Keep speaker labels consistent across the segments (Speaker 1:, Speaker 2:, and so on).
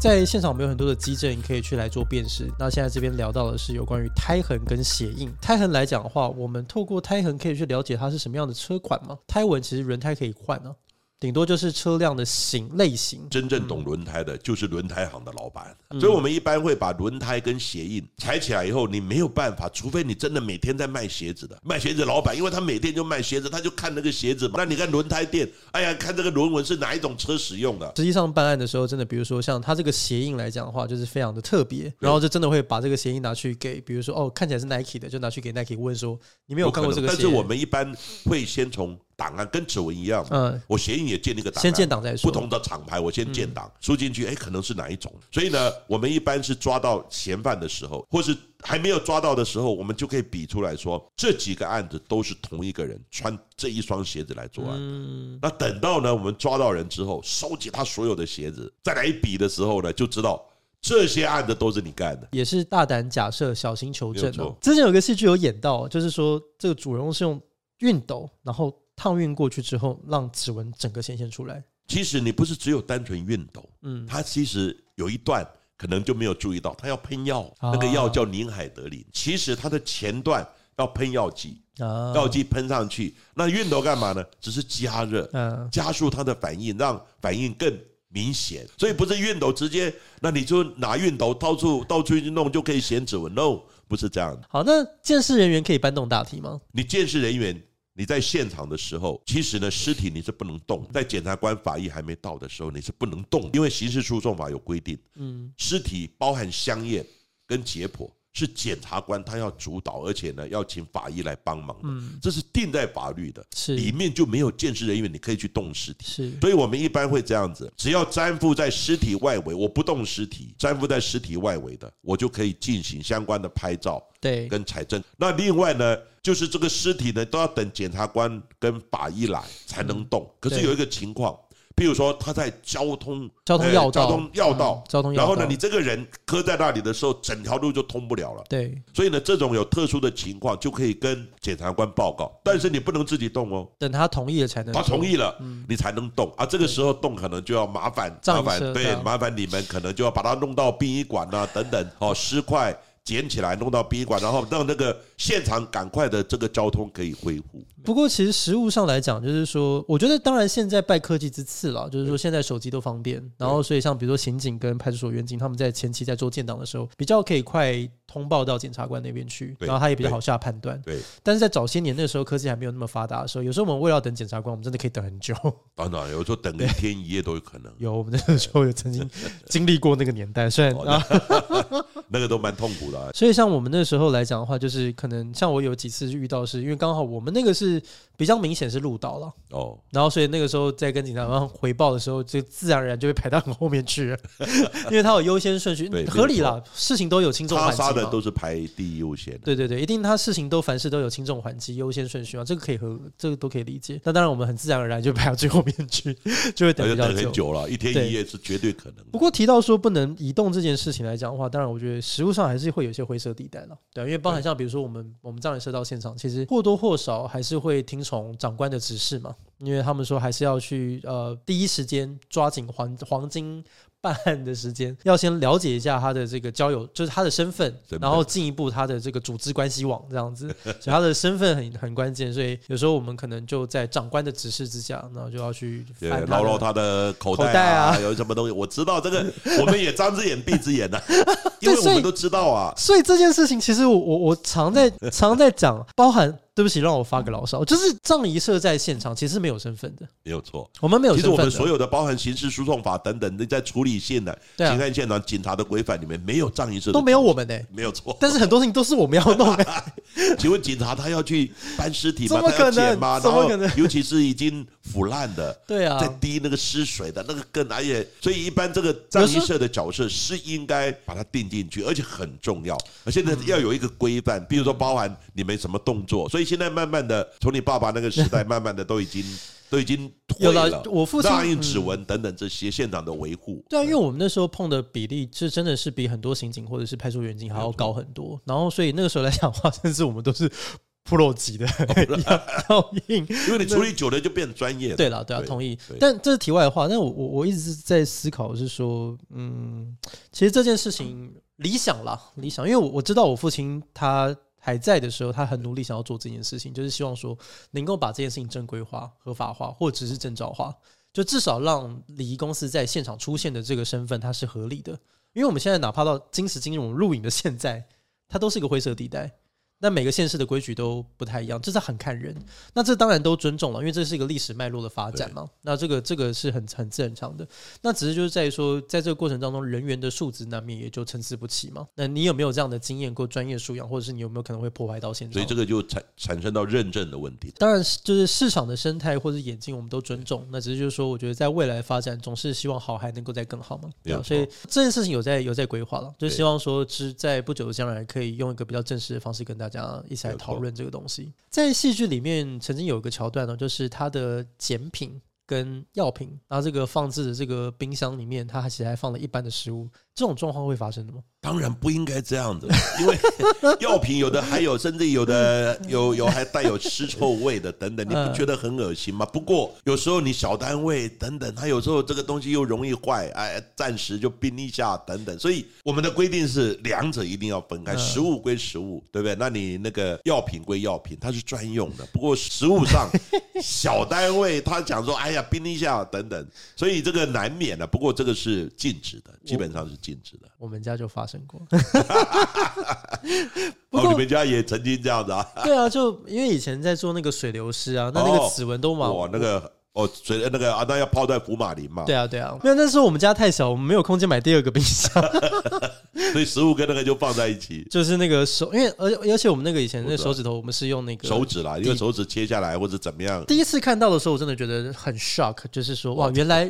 Speaker 1: 在现场我们有很多的基证可以去来做辨识。那现在这边聊到的是有关于胎痕跟鞋印。胎痕来讲的话，我们透过胎痕可以去了解它是什么样的车款嘛？胎纹其实轮胎可以换啊，顶多就是车辆的型类型。
Speaker 2: 真正
Speaker 1: 嗯
Speaker 2: 懂轮胎的，就是轮胎行的老板。所以，我们一般会把轮胎跟鞋印踩起来以后，你没有办法，除非你真的每天在卖鞋子的，卖鞋子老板，因为他每天就卖鞋子，他就看那个鞋子嘛。那你看轮胎店，哎呀，看这个轮纹是哪一种车使用的。
Speaker 1: 实际上办案的时候，真的，比如说像它这个鞋印来讲的话，就是非常的特别，然后就真的会把这个鞋印拿去给，比如说哦，看起来是 Nike 的，就拿去给 Nike 问说，你没有看过这个
Speaker 2: 但
Speaker 1: 鞋？
Speaker 2: 是我们一般会先从档案跟指纹一样，
Speaker 1: 嗯，
Speaker 2: 我鞋印也建立一个档案，
Speaker 1: 先建档再说。
Speaker 2: 不同的厂牌，我先建
Speaker 1: 嗯
Speaker 2: 档输进去，哎，可能是哪一种？所以呢，我们一般是抓到嫌犯的时候，或是还没有抓到的时候，我们就可以比出来说，这几个案子都是同一个人穿这一双鞋子来作案
Speaker 1: 嗯
Speaker 2: 的。那等到呢，我们抓到人之后，收集他所有的鞋子，再来一比的时候呢，就知道这些案子都是你干的。
Speaker 1: 也是大胆假设，小心求证、
Speaker 2: 没有
Speaker 1: 哦
Speaker 2: 错。
Speaker 1: 之前有个戏剧有演到，就是说这个主人公是用熨斗，然后烫熨过去之后，让指纹整个显现出来。
Speaker 2: 其实你不是只有单纯熨斗，
Speaker 1: 嗯，
Speaker 2: 他其实有一段可能就没有注意到，他要喷药，
Speaker 1: 啊
Speaker 2: 那个药叫宁海德林。其实它的前段要喷药剂，
Speaker 1: 啊，
Speaker 2: 药剂喷上去，那熨斗干嘛呢？只是加热，
Speaker 1: 嗯，
Speaker 2: 加速它的反应，让反应更明显。所以不是熨斗直接，那你就拿熨斗到处到处去弄就可以显指纹？No，不是这样的。
Speaker 1: 好，那鉴识人员可以搬动大体吗？
Speaker 2: 你鉴识人员。你在现场的时候，其实呢，尸体你是不能动。在检察官、法医还没到的时候，你是不能动，因为刑事诉讼法有规定，
Speaker 1: 嗯，
Speaker 2: 尸体包含香验跟解剖，是检察官他要主导，而且呢要请法医来帮忙的，
Speaker 1: 嗯
Speaker 2: 这是定在法律的，里
Speaker 1: 是
Speaker 2: 面就没有鉴识人员，你可以去动尸体。
Speaker 1: 是，
Speaker 2: 所以我们一般会这样子，只要粘附在尸体外围，我不动尸体，粘附在尸体外围的，我就可以进行相关的拍照
Speaker 1: 对，
Speaker 2: 跟采证。那另外呢，就是这个尸体呢，都要等检察官跟法医来才能动。可是
Speaker 1: 对
Speaker 2: 有一个情况，譬如说他在交通
Speaker 1: 交通
Speaker 2: 呃
Speaker 1: 要道，
Speaker 2: 交通要
Speaker 1: 嗯，
Speaker 2: 道
Speaker 1: 交通要
Speaker 2: 然
Speaker 1: 道。
Speaker 2: 后呢，你这个人磕在那里的时候，整条路就通不了了。
Speaker 1: 对，
Speaker 2: 所以呢，这种有特殊的情况就可以跟检察官报告，但是你不能自己动哦，
Speaker 1: 等他同意了才能
Speaker 2: 他
Speaker 1: 做
Speaker 2: 同意了，
Speaker 1: 嗯
Speaker 2: 你才能动啊。这个时候动可能就要麻烦麻
Speaker 1: 仗义
Speaker 2: 烦
Speaker 1: 社这
Speaker 2: 对
Speaker 1: 样
Speaker 2: 麻烦你们可能就要把它弄到殡仪馆啊等等哦，尸块捡起来弄到殡仪馆，然后让那个现场赶快的这个交通可以恢复。
Speaker 1: 不过，其实实物上来讲，就是说，我觉得当然现在拜科技之赐了，就是说现在手机都方便，然后所以像比如说刑警跟派出所员警，他们在前期在做建档的时候，比较可以快通报到检察官那边去，
Speaker 2: 对
Speaker 1: 然后他也比较好下判断。
Speaker 2: 对，
Speaker 1: 但是在早些年那个时候，科技还没有那么发达的时候，有时候我们为了要等检察官，我们真的可以等 很久。
Speaker 2: 当然啊有时候等个一天一夜都有可能，
Speaker 1: 有，我们那个时候有曾经经历过那个年代，虽然
Speaker 2: 哦
Speaker 1: 啊，
Speaker 2: 那个都蛮痛苦的啊。
Speaker 1: 所以像我们那时候来讲的话，就是可能像我有几次遇到是，因为刚好我们那个是比较明显是路岛了。
Speaker 2: 哦，
Speaker 1: 然后所以那个时候在跟警察官回报的时候，就自然而然就会排到很后面去 了，因为他有优先顺序
Speaker 2: 对，
Speaker 1: 合理啦，事情都有轻重
Speaker 2: 他
Speaker 1: 缓
Speaker 2: 杀
Speaker 1: 急
Speaker 2: 的
Speaker 1: 嘛。
Speaker 2: 都是排第一优先的。
Speaker 1: 对对对，一定他事情都凡事都有轻重缓急优先顺序嘛，这个可以和这个都可以理解。那当然我们很自然而然就排到最后面去， 就会等
Speaker 2: 那
Speaker 1: 比
Speaker 2: 就
Speaker 1: 较
Speaker 2: 等很久了，一天
Speaker 1: 对
Speaker 2: 一夜是绝对可能
Speaker 1: 不
Speaker 2: 的。
Speaker 1: 过提到说不能移动这件事情来讲的话，当然我觉得实物上还是会有一些灰色地带了，对啊、因为包含像比如说我们我们藏人社到现场，其实或多或少还是会听从长官的指示嘛，因为他们说还是要去呃第一时间抓紧黄黄金。办案的时间要先了解一下他的这个交友，就是他的身份，
Speaker 2: 身份
Speaker 1: 然后进一步他的这个组织关系网这样 子，所以他的身份很很关键，所以有时候我们可能就在长官的指示之下，那就要去
Speaker 2: 对
Speaker 1: 翻，
Speaker 2: 捞
Speaker 1: 的
Speaker 2: 捞他的口
Speaker 1: 口
Speaker 2: 袋
Speaker 1: 袋啊
Speaker 2: 啊，有什么东西？我知道这个，我们也张只眼闭只 眼的、啊因为
Speaker 1: 对
Speaker 2: 我
Speaker 1: 所以
Speaker 2: 们都知道啊。
Speaker 1: 所以这件事情，其实我我我常 在常在讲，包含对不起，让我发个牢骚，就是藏仪社在现场其实没有身份的，
Speaker 2: 没有错。
Speaker 1: 我们没有
Speaker 2: 其
Speaker 1: 身份
Speaker 2: 实我
Speaker 1: 的。
Speaker 2: 们所有的包含刑事诉讼法等等，你在处理现的
Speaker 1: 对啊
Speaker 2: 刑案现场、警察的规范里面没有仗义社的
Speaker 1: 都没有我们呢、
Speaker 2: 没有错。
Speaker 1: 但是很多事情都是我们要弄的、
Speaker 2: 请问警察他要去搬尸体吗？
Speaker 1: 怎么
Speaker 2: 他要
Speaker 1: 可能
Speaker 2: 捡吗？
Speaker 1: 怎
Speaker 2: 然
Speaker 1: 么
Speaker 2: 后
Speaker 1: 可能
Speaker 2: 尤其是已经腐烂的。
Speaker 1: 对啊
Speaker 2: 在，滴那个湿水的那个更难也，所以一般这个藏医社的角色是应该把它定进去，而且很重要。而现在要有一个规范，比如说包含你们什么动作，所以现在慢慢的从你爸爸那个时代，慢慢的都已经都已经
Speaker 1: 有
Speaker 2: 会
Speaker 1: 了
Speaker 2: 了，
Speaker 1: 我父亲
Speaker 2: 烙印指纹等等这些现场的维护。
Speaker 1: 对啊，因为我们那时候碰的比例是真的是比很多刑警或者是派出所员警还要高很多，然后所以那个时候来讲的话，甚至我们都是。 pro 级的
Speaker 2: 哦
Speaker 1: 要要硬。
Speaker 2: 因为你处理久了就变专业了。
Speaker 1: 对了，对啊，
Speaker 2: 对
Speaker 1: 同意
Speaker 2: 对。
Speaker 1: 但这是题外话，但我我我一直在思考是说，嗯，其实这件事情理想啦，理想，因为我我知道我父亲他还在的时候，他很努力想要做这件事情，就是希望说能够把这件事情正规化、合法化，或者是证照化，就至少让礼仪公司在现场出现的这个身份它是合理的。因为我们现在哪怕到今时今日我们录影的现在，它都是一个灰色地带。那每个县市的规矩都不太一样，这是很看人。那这当然都尊重了，因为这是一个历史脉络的发展嘛。那这个这个是很很正常的。那只是就是在于说，在这个过程当中，人员的素质难免也就参差不齐嘛。那你有没有这样的经验过专业素养，或者是你有没有可能会破坏到现
Speaker 2: 所
Speaker 1: 场
Speaker 2: 以？这个就产产生到认证的问题。
Speaker 1: 当然是就是市场的生态或者眼镜，我们都尊重。那只是就是说，我觉得在未来发展，总是希望好还能够再更好嘛。对、
Speaker 2: 没有
Speaker 1: 啊，
Speaker 2: 错
Speaker 1: 所以这件事情有在有在规划了，就
Speaker 2: 对
Speaker 1: 希望说之在不久的将来，可以用一个比较正式的方式跟大家一起来讨论这个东西。在戏剧里面曾经有一个桥段呢，就是它的简品。跟药品，然后这个放置的这个冰箱里面，它其实还放了一般的食物，这种状况会发生的吗？
Speaker 2: 当然不应该这样子，因 为药品有的还有，甚至有的有有还带有尸臭味的等等，你不
Speaker 1: 嗯
Speaker 2: 觉得很恶心吗？不过有时候你小单位等等，它有时候这个东西又容易坏，哎，暂时就冰一下等等。所以我们的规定是两者一定要分开，
Speaker 1: 嗯
Speaker 2: 食物归食物，对不对？那你那个药品归药品，它是专用的。不过食 物上小单位他讲说，哎呀，冰一下等等，所以这个难免的。啊不过这个是禁止的，基本上是禁止的。
Speaker 1: 我们家就发生过。不
Speaker 2: 哦，
Speaker 1: 过
Speaker 2: 你们家也曾经这样子啊？
Speaker 1: 对啊，就因为以前在做那个水流师啊，那那个
Speaker 2: 哦
Speaker 1: 指纹都嘛，
Speaker 2: 哇，那个哦，水那个啊，那要泡在福马林嘛，
Speaker 1: 对啊，对啊，没有那时候我们家太小，我们没有空间买第二个冰 箱，
Speaker 2: 所以食物跟那个就放在一起，
Speaker 1: 就是那个手，因为而而且我们那个以前
Speaker 2: 我
Speaker 1: 那
Speaker 2: 知道
Speaker 1: 手指头，我们是用那个
Speaker 2: 手。指啦，因为手指切下来或者怎么样，
Speaker 1: 第一次看到的时候，我真的觉得很 shock，就是说哇，原 来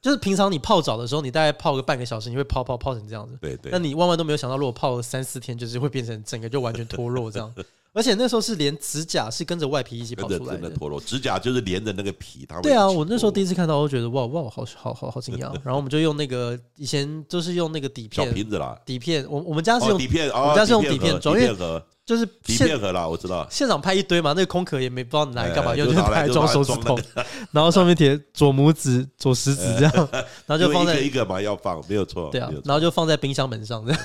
Speaker 1: 就是平常你泡澡的时候，你大概泡个半个小时，你会泡泡泡成这样子。
Speaker 2: 对
Speaker 1: 那
Speaker 2: 对，
Speaker 1: 你万万都没有想到，如果泡了三四天，就是会变成整个就完全脱落 这样。而且那时候是连指甲是跟着外皮一起跑
Speaker 2: 真的
Speaker 1: 出来
Speaker 2: 真的
Speaker 1: 的。
Speaker 2: 脱落，指甲就是连着那个皮，它会
Speaker 1: 对啊，
Speaker 2: 一起
Speaker 1: 我那时候
Speaker 2: 脱落
Speaker 1: 第一次看到，我就觉得哇哇，好好好好惊讶。啊然后我们就用那个以前都是用那个底
Speaker 2: 小
Speaker 1: 片，
Speaker 2: 哦瓶子啦，
Speaker 1: 底片，我我们家是
Speaker 2: 哦，
Speaker 1: 用
Speaker 2: 底片
Speaker 1: 我
Speaker 2: 哦，
Speaker 1: 们家是用
Speaker 2: 底
Speaker 1: 底片
Speaker 2: 盒
Speaker 1: 装
Speaker 2: 底
Speaker 1: 因为
Speaker 2: 片盒，
Speaker 1: 就是
Speaker 2: 底
Speaker 1: 现
Speaker 2: 片盒啦，我知道，
Speaker 1: 现场拍一堆嘛，那个空壳也没不知道拿来干嘛
Speaker 2: 哎
Speaker 1: 用，
Speaker 2: 就
Speaker 1: 就是
Speaker 2: 拿
Speaker 1: 拿
Speaker 2: 来
Speaker 1: 来装手指
Speaker 2: 就拿
Speaker 1: 头， 然后上面贴左拇指、左食指这样，然后就
Speaker 2: 因为
Speaker 1: 放
Speaker 2: 哎一
Speaker 1: 在
Speaker 2: 个一个嘛要放，没有错，
Speaker 1: 对啊
Speaker 2: 没有，错
Speaker 1: 然后就放在冰箱门上这样。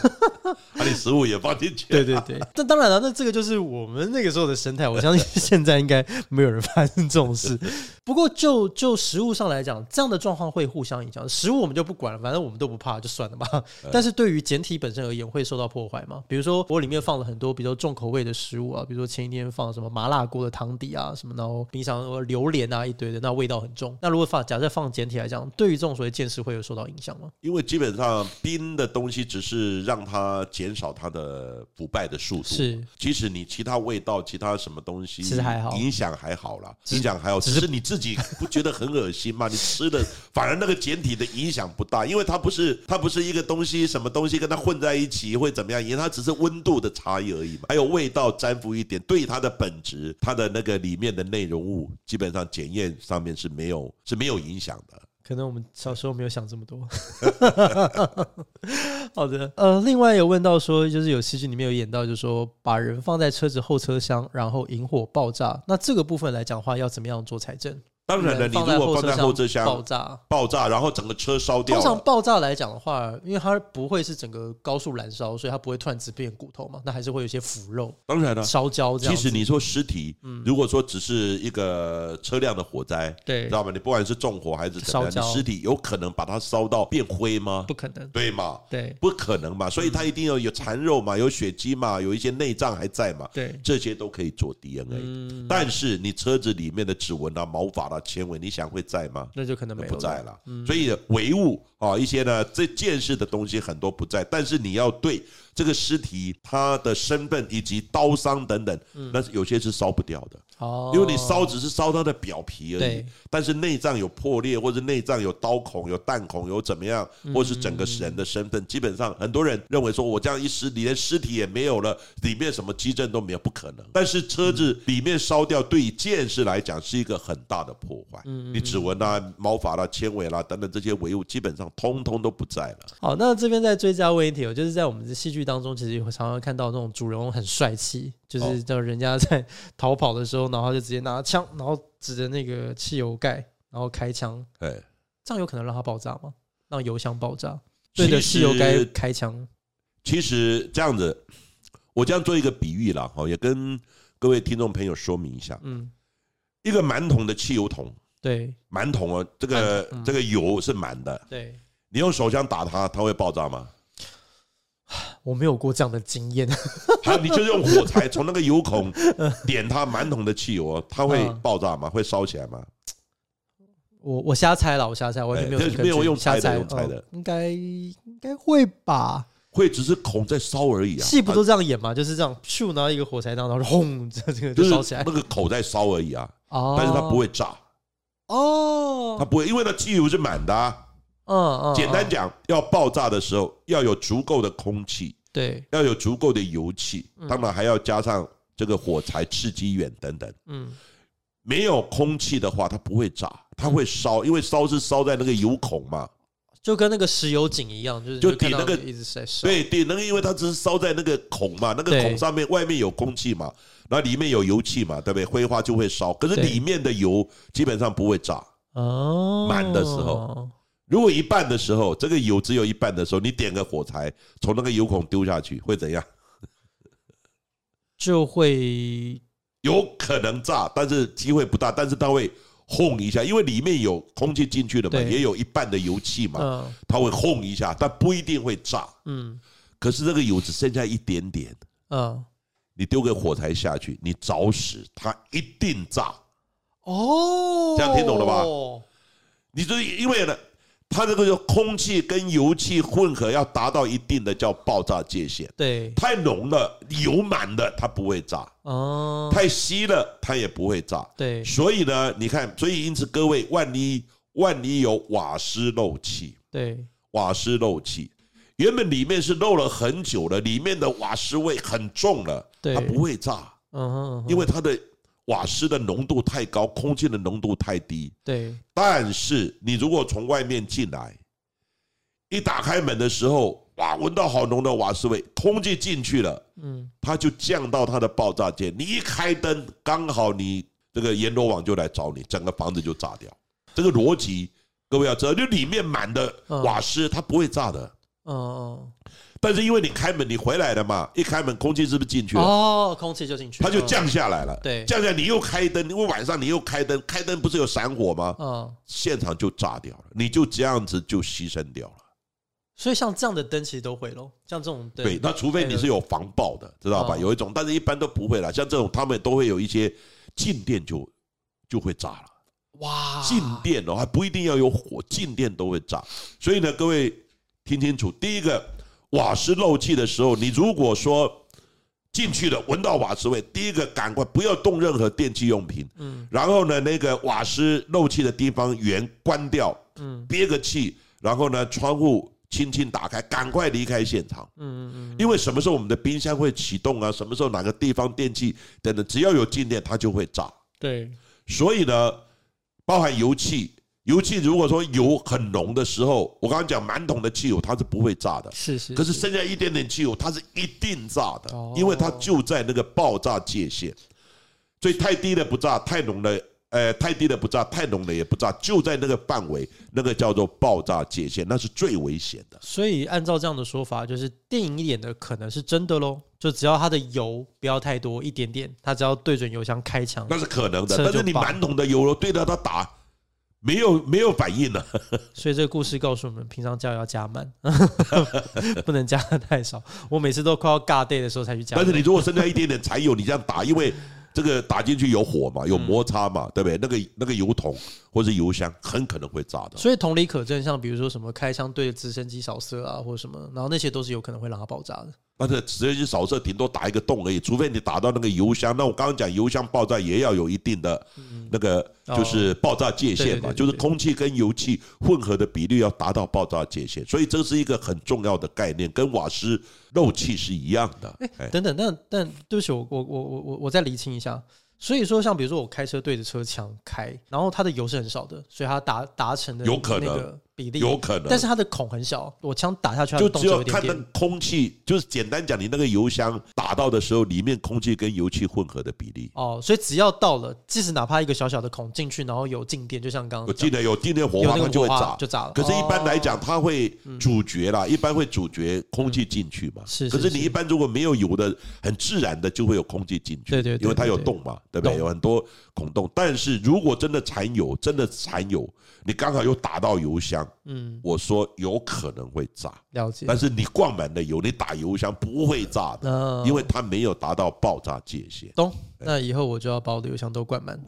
Speaker 2: 啊，你食物也放进去，
Speaker 1: 对对对， 那当然了，那这个就是我们那个时候的生态，我相 信现在应该没有人发生这种事。不过就就食物上来讲，这样的状况会互相影响。食物我们就不管了，反正我们都不怕，就算了吧。但是对于简体本身而言，会受到破坏嘛？比如说我里面放了很多比较重口味的食物啊，比如说前一天放什么麻辣锅的汤底啊，什么然后冰箱呃榴莲啊一堆的，那味道很重。那如果放假设放简体来讲，对于这种所谓见识会有受到影响吗？
Speaker 2: 因为基本上冰的东西只是让它减少它的腐败的速度，
Speaker 1: 是，
Speaker 2: 即使你其他味道、其他什么东西，
Speaker 1: 其实还好
Speaker 2: 影响还好啦，
Speaker 1: 只
Speaker 2: 影响还好，只
Speaker 1: 只
Speaker 2: 是
Speaker 1: 是
Speaker 2: 你自己不觉得很恶心吗？你吃的反而那个简体的影响不大，因为它不是它不是一个东西，什么东西跟它混在一起会怎么样？因为它只是温度的差异而已嘛，还有味道沾附一点，对它的本质，它的那个里面的内容物，基本上检验上面是没有是没有影响的。
Speaker 1: 可能我们小时候没有想这么多。 好的，呃，另外有问到说，就是有戏剧里面有演到，就是说把人放在车子后车厢，然后引火爆炸。那这个部分来讲的话，要怎么样做财政？
Speaker 2: 当然了，你
Speaker 1: 人
Speaker 2: 如果放在后车
Speaker 1: 爆
Speaker 2: 厢
Speaker 1: 炸，
Speaker 2: 爆炸，然后整个车烧
Speaker 1: 通
Speaker 2: 掉了，
Speaker 1: 常爆炸来讲的话，因为它不会是整个高速燃烧，所以它不会突然只变骨头嘛，那还是会有一些腐肉、
Speaker 2: 当然了。
Speaker 1: 烧焦这样
Speaker 2: 啊其
Speaker 1: 子。
Speaker 2: 实你说尸体，
Speaker 1: 嗯
Speaker 2: 如果说只是一个车辆的火灾，
Speaker 1: 对
Speaker 2: 知，道吗？你不管是纵火还是怎么样，
Speaker 1: 烧焦
Speaker 2: 你尸体有可能把它烧到变灰吗？
Speaker 1: 不可能。
Speaker 2: 对嘛，
Speaker 1: 对嗯
Speaker 2: 不可能嘛，所以它一定要有残肉嘛，有血迹嘛，有一些内脏还在嘛，
Speaker 1: 对，
Speaker 2: 这些都可以做 DNA。
Speaker 1: 嗯，
Speaker 2: 但是你车子里面的指纹啊、毛发啊、纤维，你想会在吗？
Speaker 1: 那就可能没有嗯
Speaker 2: 不在了。所以唯物啊，一些呢这见识的东西很多不在，但是你要对这个尸体它的身份以及刀伤等等，那有些是烧不掉的。
Speaker 1: 嗯哦，
Speaker 2: 因为你烧只是烧它的表皮而已
Speaker 1: 对，
Speaker 2: 但是内脏有破裂，或者内脏有刀孔、有弹孔、有怎么样，
Speaker 1: 嗯
Speaker 2: 或是整个人的身份，基本上很多人认为说，我这样一尸，你连尸体也没有了，里面什么机证都没有，不可能。但是车子里面烧掉，对于见识来讲是一个很大的破坏，
Speaker 1: 嗯
Speaker 2: 你指纹啦、毛发啦、纤维啦等等这些唯物，基本上通通都不在了。
Speaker 1: 好，那这边再追加问一题哦，就是在我们的戏剧当中，其实会常常看到那种主人翁很帅气，
Speaker 2: 哦
Speaker 1: 就是叫人家在 逃跑的时候，然后就直接拿枪，然后指着那个汽油盖，然后开枪，
Speaker 2: 哎，
Speaker 1: 这样有可能让它爆炸吗？让油箱爆炸？
Speaker 2: 其
Speaker 1: 对着汽
Speaker 2: 实
Speaker 1: 油盖开枪，
Speaker 2: 其实这样子，我这样做一个比喻啦，哈，也跟各位听众朋友说明一下，
Speaker 1: 嗯，
Speaker 2: 一个满桶的汽油桶。
Speaker 1: 对
Speaker 2: 满桶哦，这个、这个油是满的，
Speaker 1: 对，
Speaker 2: 你用手枪打它，它会爆炸吗？
Speaker 1: 我没有过这样的经验，
Speaker 2: 它你就是用火柴从那个油孔点它满桶的汽油哦，它会
Speaker 1: 嗯
Speaker 2: 爆炸吗？会烧起来吗？
Speaker 1: 我我瞎猜了，我瞎猜，完全没有
Speaker 2: 哎
Speaker 1: 什么
Speaker 2: 这是
Speaker 1: 根据、
Speaker 2: 没有用猜
Speaker 1: 瞎
Speaker 2: 的
Speaker 1: 猜，
Speaker 2: 用猜的
Speaker 1: 嗯应该应该会吧？
Speaker 2: 会只是孔在烧而已啊，
Speaker 1: 戏不都这样演吗？就是这样，咻，拿一个火柴弹，然后轰，这这个就
Speaker 2: 它就
Speaker 1: 是烧起来，
Speaker 2: 那个口在烧而已啊，
Speaker 1: 哦，
Speaker 2: 但是它不会炸，
Speaker 1: 哦，
Speaker 2: 它不会，因为那汽油是满的、啊。
Speaker 1: 嗯嗯，
Speaker 2: 简单
Speaker 1: 嗯
Speaker 2: 讲，要爆炸的时候要有足够的空气，
Speaker 1: 对，
Speaker 2: 要有足够的油气，
Speaker 1: 嗯
Speaker 2: 当然还要加上这个火柴、刺激源等等。
Speaker 1: 嗯
Speaker 2: 没有空气的话，它不会炸，它会
Speaker 1: 嗯
Speaker 2: 烧，因为烧是烧在那个油孔嘛。，
Speaker 1: 就跟那个石油井一样，就是
Speaker 2: 就
Speaker 1: 你看
Speaker 2: 抵那
Speaker 1: 到
Speaker 2: 个
Speaker 1: 一直在烧，
Speaker 2: 对对，那个因为它只是烧在那个孔嘛，那个
Speaker 1: 对
Speaker 2: 孔上面外面有空气嘛，然后里面有油气嘛，对不对？挥发就会烧，可是
Speaker 1: 对
Speaker 2: 里面的油基本上不会炸。
Speaker 1: 哦，
Speaker 2: 满的时候，如果一半的时候，这个油只有一半的时候，你点个火柴从那个油孔丢下去会怎样？
Speaker 1: 就会
Speaker 2: 有可能炸，但是机会不大，但是它会轰一下，因为里面有空气进去了嘛，
Speaker 1: 对
Speaker 2: 也有一半的油气嘛，
Speaker 1: 嗯
Speaker 2: 它会轰一下，但不一定会炸。
Speaker 1: 嗯
Speaker 2: 可是这个油只剩下一点点，
Speaker 1: 嗯，
Speaker 2: 你丢个火柴下去，你找死，它一定炸。
Speaker 1: 哦，
Speaker 2: 这样听懂了吧？你就是因为呢，它这个就空气跟油气混合要达到一定的叫爆炸界限，
Speaker 1: 对，
Speaker 2: 太浓了、油满了它不会炸，
Speaker 1: 哦，
Speaker 2: 太稀了它也不会炸。
Speaker 1: 对，
Speaker 2: 所以呢，你看，所以因此各位，万一万一有瓦斯漏气，
Speaker 1: 对，
Speaker 2: 瓦斯漏气。原本里面是漏了很久了，里面的瓦斯味很重了，
Speaker 1: 对
Speaker 2: 它不会炸。
Speaker 1: 嗯哼嗯哼，
Speaker 2: 因为它的瓦斯的浓度太高，空气的浓度太低。
Speaker 1: 对，
Speaker 2: 但是你如果从外面进来，一打开门的时候，哇，闻到好浓的瓦斯味，空气进去了，
Speaker 1: 嗯，
Speaker 2: 它就降到它的爆炸点。你一开灯，刚好你这个阎罗王就来找你，整个房子就炸掉。这个逻辑各位要知道，就里面满的瓦斯，它不会炸的。
Speaker 1: 嗯嗯，
Speaker 2: 但是因为你开门，你回来了嘛，一开门空气是不是进去了？
Speaker 1: 哦，空气就进去，
Speaker 2: 它就
Speaker 1: 嗯，
Speaker 2: 降下来了。
Speaker 1: 对
Speaker 2: 降下来你又开灯，因为晚上你又开灯，开灯不是有闪火吗？
Speaker 1: 嗯，
Speaker 2: 现场就炸掉了，你就这样子就牺牲掉了。
Speaker 1: 所以像这样的灯其实都会咯，像这种灯，
Speaker 2: 对，那除非你是有防爆的，知道吧？
Speaker 1: 哦
Speaker 2: 有一种，但是一般都不会啦。像这种，他们都会有一些静电就就会炸了。
Speaker 1: 哇，
Speaker 2: 静电哦，还不一定要有火，静电都会炸。所以呢，各位听清楚，第一个瓦斯漏气的时候，你如果说进去了闻到瓦斯味，第一个赶快不要动任何电器用品，
Speaker 1: 嗯
Speaker 2: 然后呢，那个瓦斯漏气的地方源关掉，
Speaker 1: 嗯
Speaker 2: 憋个气，然后呢，窗户轻轻打开，赶快离开现场。
Speaker 1: 嗯嗯嗯，
Speaker 2: 因为什么时候我们的冰箱会启动啊？什么时候哪个地方电器等等，只要有静电，它就会炸。
Speaker 1: 对，
Speaker 2: 所以呢，包含油气，油气如果说油很浓的时候，我刚刚讲满桶的汽油它是不会炸的，
Speaker 1: 是是，
Speaker 2: 可是剩下一点点汽油它是一定炸的
Speaker 1: 哦，
Speaker 2: 因为它就在那个爆炸界限，所以太低的不炸，太浓的。呃，太低的不炸，太浓的也不炸，就在那个范围，那个叫做爆炸界限，那是最危险的。
Speaker 1: 所以按照这样的说法，就是电影演的可能是真的喽，就只要它的油不要太多，一点点，它只要对准油箱开枪，
Speaker 2: 那是可能的，
Speaker 1: 这就
Speaker 2: 但是你
Speaker 1: 爆
Speaker 2: 满桶的油对着它打，没有没有反应呢、啊
Speaker 1: 所以这个故事告诉我们，平常加油要加 满，不能加的太少。我每次都快要尬 day 的时候才去加油，
Speaker 2: 但是你如果剩下一点点柴油，你这样打，因为这个打进去有火
Speaker 1: 嗯
Speaker 2: 嘛，有摩擦嘛，对不对？那个那个油桶或是油箱很可能会炸的。
Speaker 1: 所以同理可证，像比如说什么开枪对着直升机扫射啊，或者什么，然后那些都是有可能会让它爆炸的。
Speaker 2: 那这直接去扫射，顶多打一个洞而已，除非你打到那个油箱。那我刚刚讲油箱爆炸也要有一定的那个
Speaker 1: 哦
Speaker 2: 就是爆炸
Speaker 1: 对
Speaker 2: 界
Speaker 1: 对
Speaker 2: 限
Speaker 1: 哦对
Speaker 2: 嘛，
Speaker 1: 对
Speaker 2: 就是
Speaker 1: 对
Speaker 2: 空气跟油气混合的比率要达到爆炸界限，所以这是一个很重要的概念，跟瓦斯漏气是一样的。哎，
Speaker 1: 等等，但但对不起，我我我我我我再厘清一下。所以说，像比如说我开车对着车墙开，然后它的油是很少的，所以它达达成的
Speaker 2: 有可能
Speaker 1: 那个比例
Speaker 2: 有可能，
Speaker 1: 但是它的孔很小，我枪打下去它的
Speaker 2: 就
Speaker 1: 洞
Speaker 2: 只有
Speaker 1: 一点
Speaker 2: 看那
Speaker 1: 点。
Speaker 2: 空气，就是简单讲，你那个油箱打到的时候，里面空气跟油气混合的比例。
Speaker 1: 哦，所以只要到了，即使哪怕一个小小的孔进去，然后有静电，就像刚
Speaker 2: 有
Speaker 1: 刚
Speaker 2: 进
Speaker 1: 讲
Speaker 2: 来有进来火
Speaker 1: 哦有
Speaker 2: 花，
Speaker 1: 那
Speaker 2: 它
Speaker 1: 个
Speaker 2: 就会
Speaker 1: 火花
Speaker 2: 炸。
Speaker 1: 就炸了。
Speaker 2: 可是，一般来
Speaker 1: 哦嗯
Speaker 2: 讲，它会阻绝啦，一般会阻绝空气进去嘛。
Speaker 1: 是是
Speaker 2: 可是你
Speaker 1: 是
Speaker 2: 一般如果没有油的，很自然的就会有空气进去。
Speaker 1: 对对对
Speaker 2: 因为它有
Speaker 1: 对对
Speaker 2: 洞嘛，对不对？
Speaker 1: 洞
Speaker 2: 有很多孔洞。但是如果真的残油，真的残油，你刚好又打到油箱，
Speaker 1: 嗯，
Speaker 2: 我说有可能会炸。
Speaker 1: 了解。
Speaker 2: 但是你灌满了油，你打油箱不会炸的，
Speaker 1: 那
Speaker 2: 因为它没有达到爆炸界限。
Speaker 1: 懂，那以后我就要把我的油箱都灌满，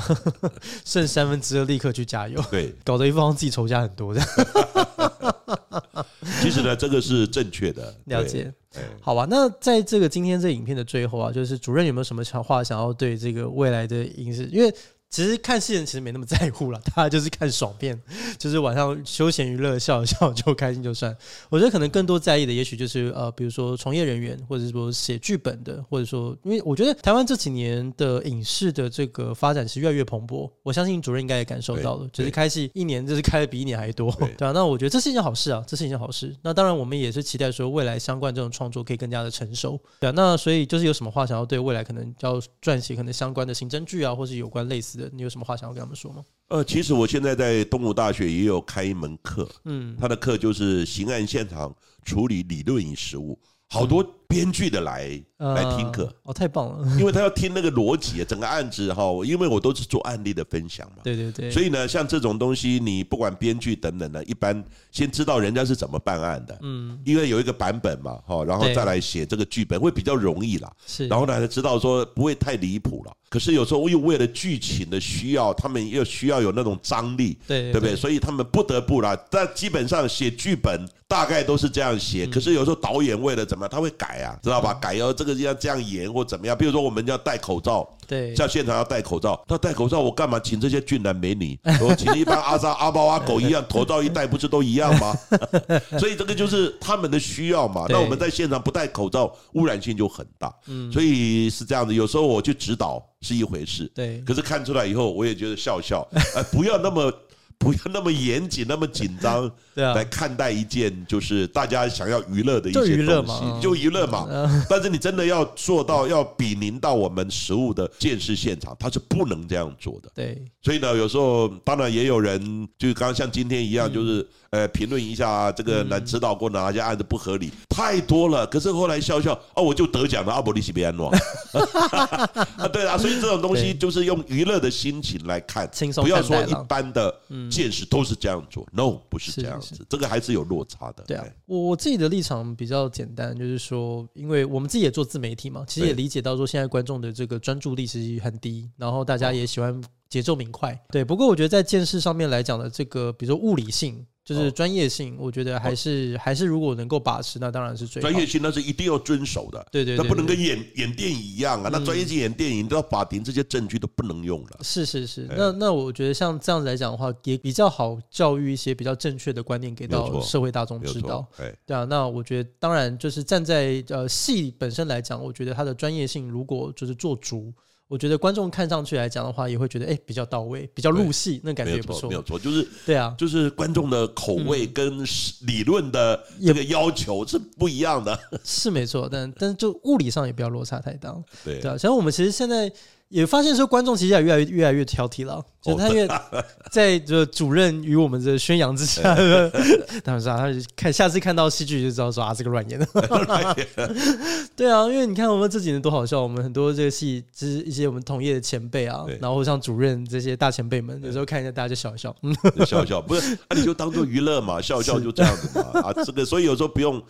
Speaker 1: 剩三分之二立刻去加油，
Speaker 2: 对，
Speaker 1: 搞得一副好像自己仇家很多这样。
Speaker 2: 其实呢，这个是正确的。
Speaker 1: 了
Speaker 2: 对
Speaker 1: 解
Speaker 2: 哎，
Speaker 1: 好吧？那在这个今天这影片的最后啊，就是主任有没有什么想话想要对这个未来的影视？因为其实看戏人其实没那么在乎了，大家就是看爽片，就是晚上休闲娱乐笑一笑就开心就算。 我觉得可能更多在意的，也许就是呃，比如说从业人员，或者是说写剧本的，或者说，因为我觉得台湾这几年的影视的这个发展是越来越蓬勃，我相信主任应该也感受到了，
Speaker 2: 对
Speaker 1: 就是
Speaker 2: 对
Speaker 1: 开戏一年就是开的比一年还多，
Speaker 2: 对
Speaker 1: 对啊，那我觉得这是一件好事啊，这是一件好事。那当然，我们也是期待说未来相关这种创作可以更加的成熟，对啊。那所以就是有什么话想要对未来可能要撰写可能相关的刑侦剧啊，或是有关类似的，你有什么话想要跟他们说吗？
Speaker 2: 呃，其实我现在在东吴大学也有开一门课，
Speaker 1: 嗯，
Speaker 2: 他的课就是刑案现场处理理论与实务，好多编剧的来
Speaker 1: 呃
Speaker 2: 来听课，
Speaker 1: 哦，太棒了，
Speaker 2: 因为他要听那个逻辑，啊整个案子哈，因为我都是做案例的分享嘛。
Speaker 1: 对对对，
Speaker 2: 所
Speaker 1: 以
Speaker 2: 以呢，像这种东西，你不管编剧等等呢，一般先知道人家是怎么办案的，
Speaker 1: 嗯
Speaker 2: 因为有一个版本嘛，哈，然后
Speaker 1: 对
Speaker 2: 再来写这个剧本会比较容易啦。
Speaker 1: 是，
Speaker 2: 然后呢，才知道说不会太离谱了。可是有时候又为了剧情的需要，他们又需要有那种张力，
Speaker 1: 对
Speaker 2: 对不对？所以他们不得不啦。但基本上写剧本大概都是这样
Speaker 1: 嗯
Speaker 2: 写，可是有时候导演为了怎么样，他会改啊，知道吧？改要这个要这样演或怎么样。比如说我们要戴口罩，
Speaker 1: 对，
Speaker 2: 像现场要戴口罩，那戴口罩我干嘛请这些俊男美女？ 我请一帮阿三、阿猫、阿狗一样，头罩一戴不是都一样吗？ 所以这个就是他们的需要嘛。
Speaker 1: 对嗯
Speaker 2: 那我们在现场不戴口罩，污染性就很大。所以是这样的。有时候我去指导是一回事，
Speaker 1: 对
Speaker 2: 可是看出来以后，我也觉得笑笑，呃，不要那么。不要那么严谨，那么紧张
Speaker 1: 对啊
Speaker 2: 来看待一件就是大家想要娱乐的一
Speaker 1: 就娱
Speaker 2: 些
Speaker 1: 乐
Speaker 2: 东
Speaker 1: 嘛
Speaker 2: 西，
Speaker 1: 嗯
Speaker 2: 就娱乐嘛。但是你真的要做到要比邻到我们实物的见识现场，它是不能这样做的。
Speaker 1: 对，
Speaker 2: 所以呢，有时候当然也有人，就刚刚像今天一样，就是
Speaker 1: 嗯
Speaker 2: 呃评论一下这个男指导过哪些案子不合理，太多了。可是后来笑笑，哦，我就得奖了，阿伯利西 别安诺。啊，对啊，所以这种东西
Speaker 1: 对
Speaker 2: 就是用娱乐的心情来看，
Speaker 1: 轻松
Speaker 2: 不要
Speaker 1: 看
Speaker 2: 说
Speaker 1: 待
Speaker 2: 一
Speaker 1: 了。
Speaker 2: 般的见识都是这样做，no，不是
Speaker 1: 是
Speaker 2: 这样
Speaker 1: 嗯是
Speaker 2: 子，这个还是有落差的。
Speaker 1: 对啊
Speaker 2: 哎，
Speaker 1: 我我自己的立场比较简单，就是说，因为我们自己也做自媒体嘛，其实也
Speaker 2: 对
Speaker 1: 理解到说，现在观众的这个专注力其实很低，然后大家也喜欢节奏明快。对，不过我觉得在见识上面来讲的这个，比如说物理性，就
Speaker 2: 哦
Speaker 1: 是专业性，我觉得还是还是如果能够把持，那当然是最好
Speaker 2: 专业性那是一定要遵守的。
Speaker 1: 对对对
Speaker 2: 那不能
Speaker 1: 对嗯
Speaker 2: 跟演演电影一样啊！那专业性演电影，到法庭这些证据都不能用了。
Speaker 1: 是是是，
Speaker 2: 哎
Speaker 1: 那那我觉得像这样子来讲的话，也比较好教育一些比较正确的观念给
Speaker 2: 没有
Speaker 1: 到
Speaker 2: 错
Speaker 1: 社会大众
Speaker 2: 没有
Speaker 1: 知道
Speaker 2: 错。，哎，
Speaker 1: 对啊，那我觉得当然就是站在呃戏本身来讲，我觉得它的专业性如果就是做足，我觉得观众看上去来讲的话，也会觉得哎、比较到位，比较入戏，那感
Speaker 2: 没
Speaker 1: 觉
Speaker 2: 有
Speaker 1: 也不
Speaker 2: 错，
Speaker 1: 错
Speaker 2: 没。有错，就是
Speaker 1: 对啊，
Speaker 2: 就是观众的口味跟实理论的
Speaker 1: 也
Speaker 2: 这个要求是不一样 的。
Speaker 1: 是没错，但但是就物理上也不要落差太大。
Speaker 2: 对
Speaker 1: 对啊，像我们其实现在也发现说，观众其实也越来越越来越挑剔了，
Speaker 2: 哦
Speaker 1: 就是他 越在这主任与我们的宣扬之下， 他们说啊他就看下次看到戏剧就知道说啊这个乱 演的， 对啊，因为你看我们这几年多好笑，我们很多这个戏就是一些我们同业的前辈啊
Speaker 2: 对，
Speaker 1: 然后像主任这些大前辈们，有时候看一下大家就笑一笑，嗯，
Speaker 2: 笑一笑，不是，那、你就当做娱乐 嘛，笑一笑就这样子嘛。啊，这个所以有时候不用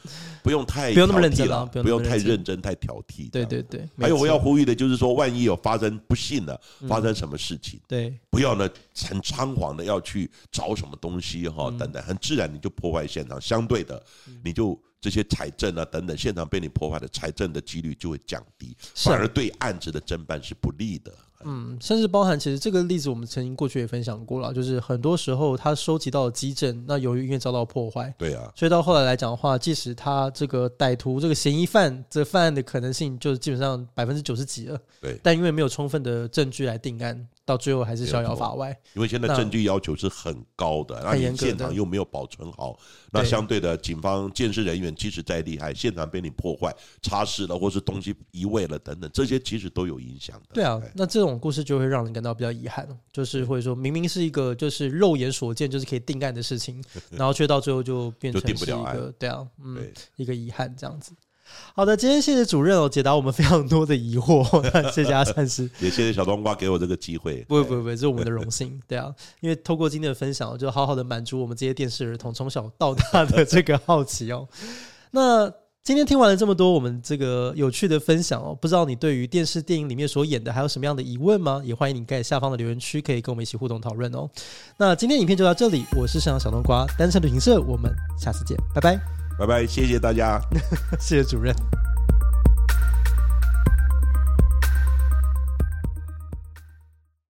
Speaker 2: 不用太
Speaker 1: 不用那么
Speaker 2: 挑剔
Speaker 1: 认真
Speaker 2: 了
Speaker 1: 啊
Speaker 2: 不
Speaker 1: 不用那么
Speaker 2: 太
Speaker 1: 认真
Speaker 2: 认真太挑剔。
Speaker 1: 对对对，
Speaker 2: 啊还有
Speaker 1: 没错
Speaker 2: 我
Speaker 1: 嗯
Speaker 2: 要呼吁的就是说，万一有发生不幸了，发生什么事情，
Speaker 1: 对
Speaker 2: 不要呢很仓皇
Speaker 1: 嗯
Speaker 2: 的要去找什么东西哈，等等，很自然你就破坏现场，相对的你就这些财政啊等等现场被你破坏的财政的几率就会降低，
Speaker 1: 是啊
Speaker 2: 反而对案子的侦办是不利的。
Speaker 1: 嗯，甚至包含其实这个例子，我们曾经过去也分享过了，就是很多时候他收集到的基证，那由于因为遭到破坏，
Speaker 2: 对啊，
Speaker 1: 所以到后来来讲的话，即使他这个歹徒、这个嫌疑犯这犯案的可能性，就基本上百分之九十几了。
Speaker 2: 对
Speaker 1: 但因为没有充分的证据来定案，到最后还是逍遥法外。
Speaker 2: 因为现在
Speaker 1: 那
Speaker 2: 证据要求是很高的，那
Speaker 1: 很严
Speaker 2: 你
Speaker 1: 格的
Speaker 2: 现场又没有保存好，那
Speaker 1: 对
Speaker 2: 相对的，警方监视人员即使再厉害，现场被你破坏、擦拭了，或是东西移位了等等，这些其实都有影响的。
Speaker 1: 对啊
Speaker 2: 哎，
Speaker 1: 那这种故事就会让人感到比较遗憾，就是或者说明明是一个就是肉眼所见就是可以定案的事 情，然后却到最后就变成
Speaker 2: 就定不
Speaker 1: 是一
Speaker 2: 了
Speaker 1: 个对啊，嗯，
Speaker 2: 对，
Speaker 1: 一个遗憾这样子。好的，今天谢谢主任哦，解答我们非常多的疑惑， 那谢谢阿善师。
Speaker 2: 也谢谢小冬瓜给我这个机会。
Speaker 1: 不会不会不会，这是我们的荣幸， 对啊，因为透过今天的分享，就好好的满足我们这些电视儿童从小到大的这个好奇哦。那今天听完了这么多我们这个有趣的分享哦，不知道你对于电视电影里面所演的还有什么样的疑问吗？也欢迎你在下方的留言区可以跟我们一起互动讨论哦。那今天影片就到这里，我是沈阳小冬瓜，单身旅行社，我们下次见，拜拜，
Speaker 2: 拜拜，谢谢大家。
Speaker 1: 谢谢主任。